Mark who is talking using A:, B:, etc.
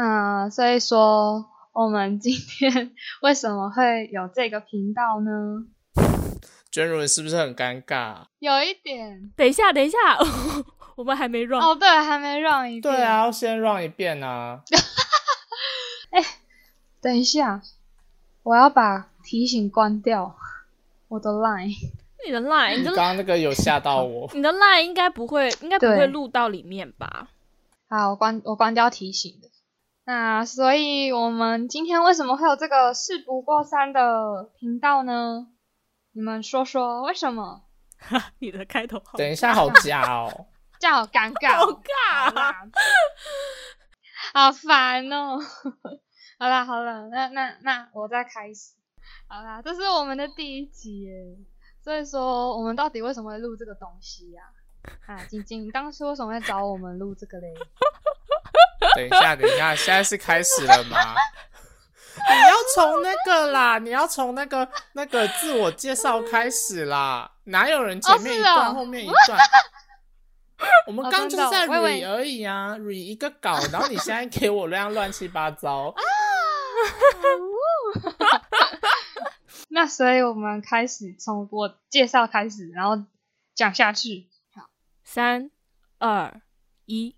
A: 那所以说，我们今天 为什么会有这个频道呢？
B: 娟如，你是不是很尴尬？
A: 有一点
C: 等一下，等一下， 我们还没 run。
A: 哦，对，还没让一遍。
B: 对啊，，要先 run 一 遍啊。
A: 等一下，我要把提醒关掉。我的 Line
C: 你的 line，
B: 你
C: 你
B: 刚
C: 的，
B: 刚那个有吓到 我
C: 你的 line 应该不会，应该不
A: 对
C: 会录到里面吧？
A: 好，我关我关掉提醒的。那所以我们今天为什么会有这个事不过三的频道呢？你们说说为什么？
C: 你的开头好
B: 等一下好假哦。
A: 这样好尴尬哦，
C: 好
A: 好
C: 尬、啊。
A: 啦好烦哦。 好啦好了，那那那我再开始。好啦，这是我们的第一集耶，所以说我们到底为什么会录这个东西呀、啊？啊，晶晶，你当初为什么会找我们录这个 嘞？
B: 等一下，等一下，现在是开始了 吗？你要从那个啦，你要从那个那个自我介绍开始啦，哪有人前面
A: 哦
B: 一
A: 是
B: 段，
A: 哦
B: 后面一 段？我们刚刚就是在
A: 哦真的我以为
B: re 而已啊，re 一个稿，然后你现在给我那样乱七八糟，
A: 那所以我们开始从我介绍开始，然后讲下去。
C: 三二一，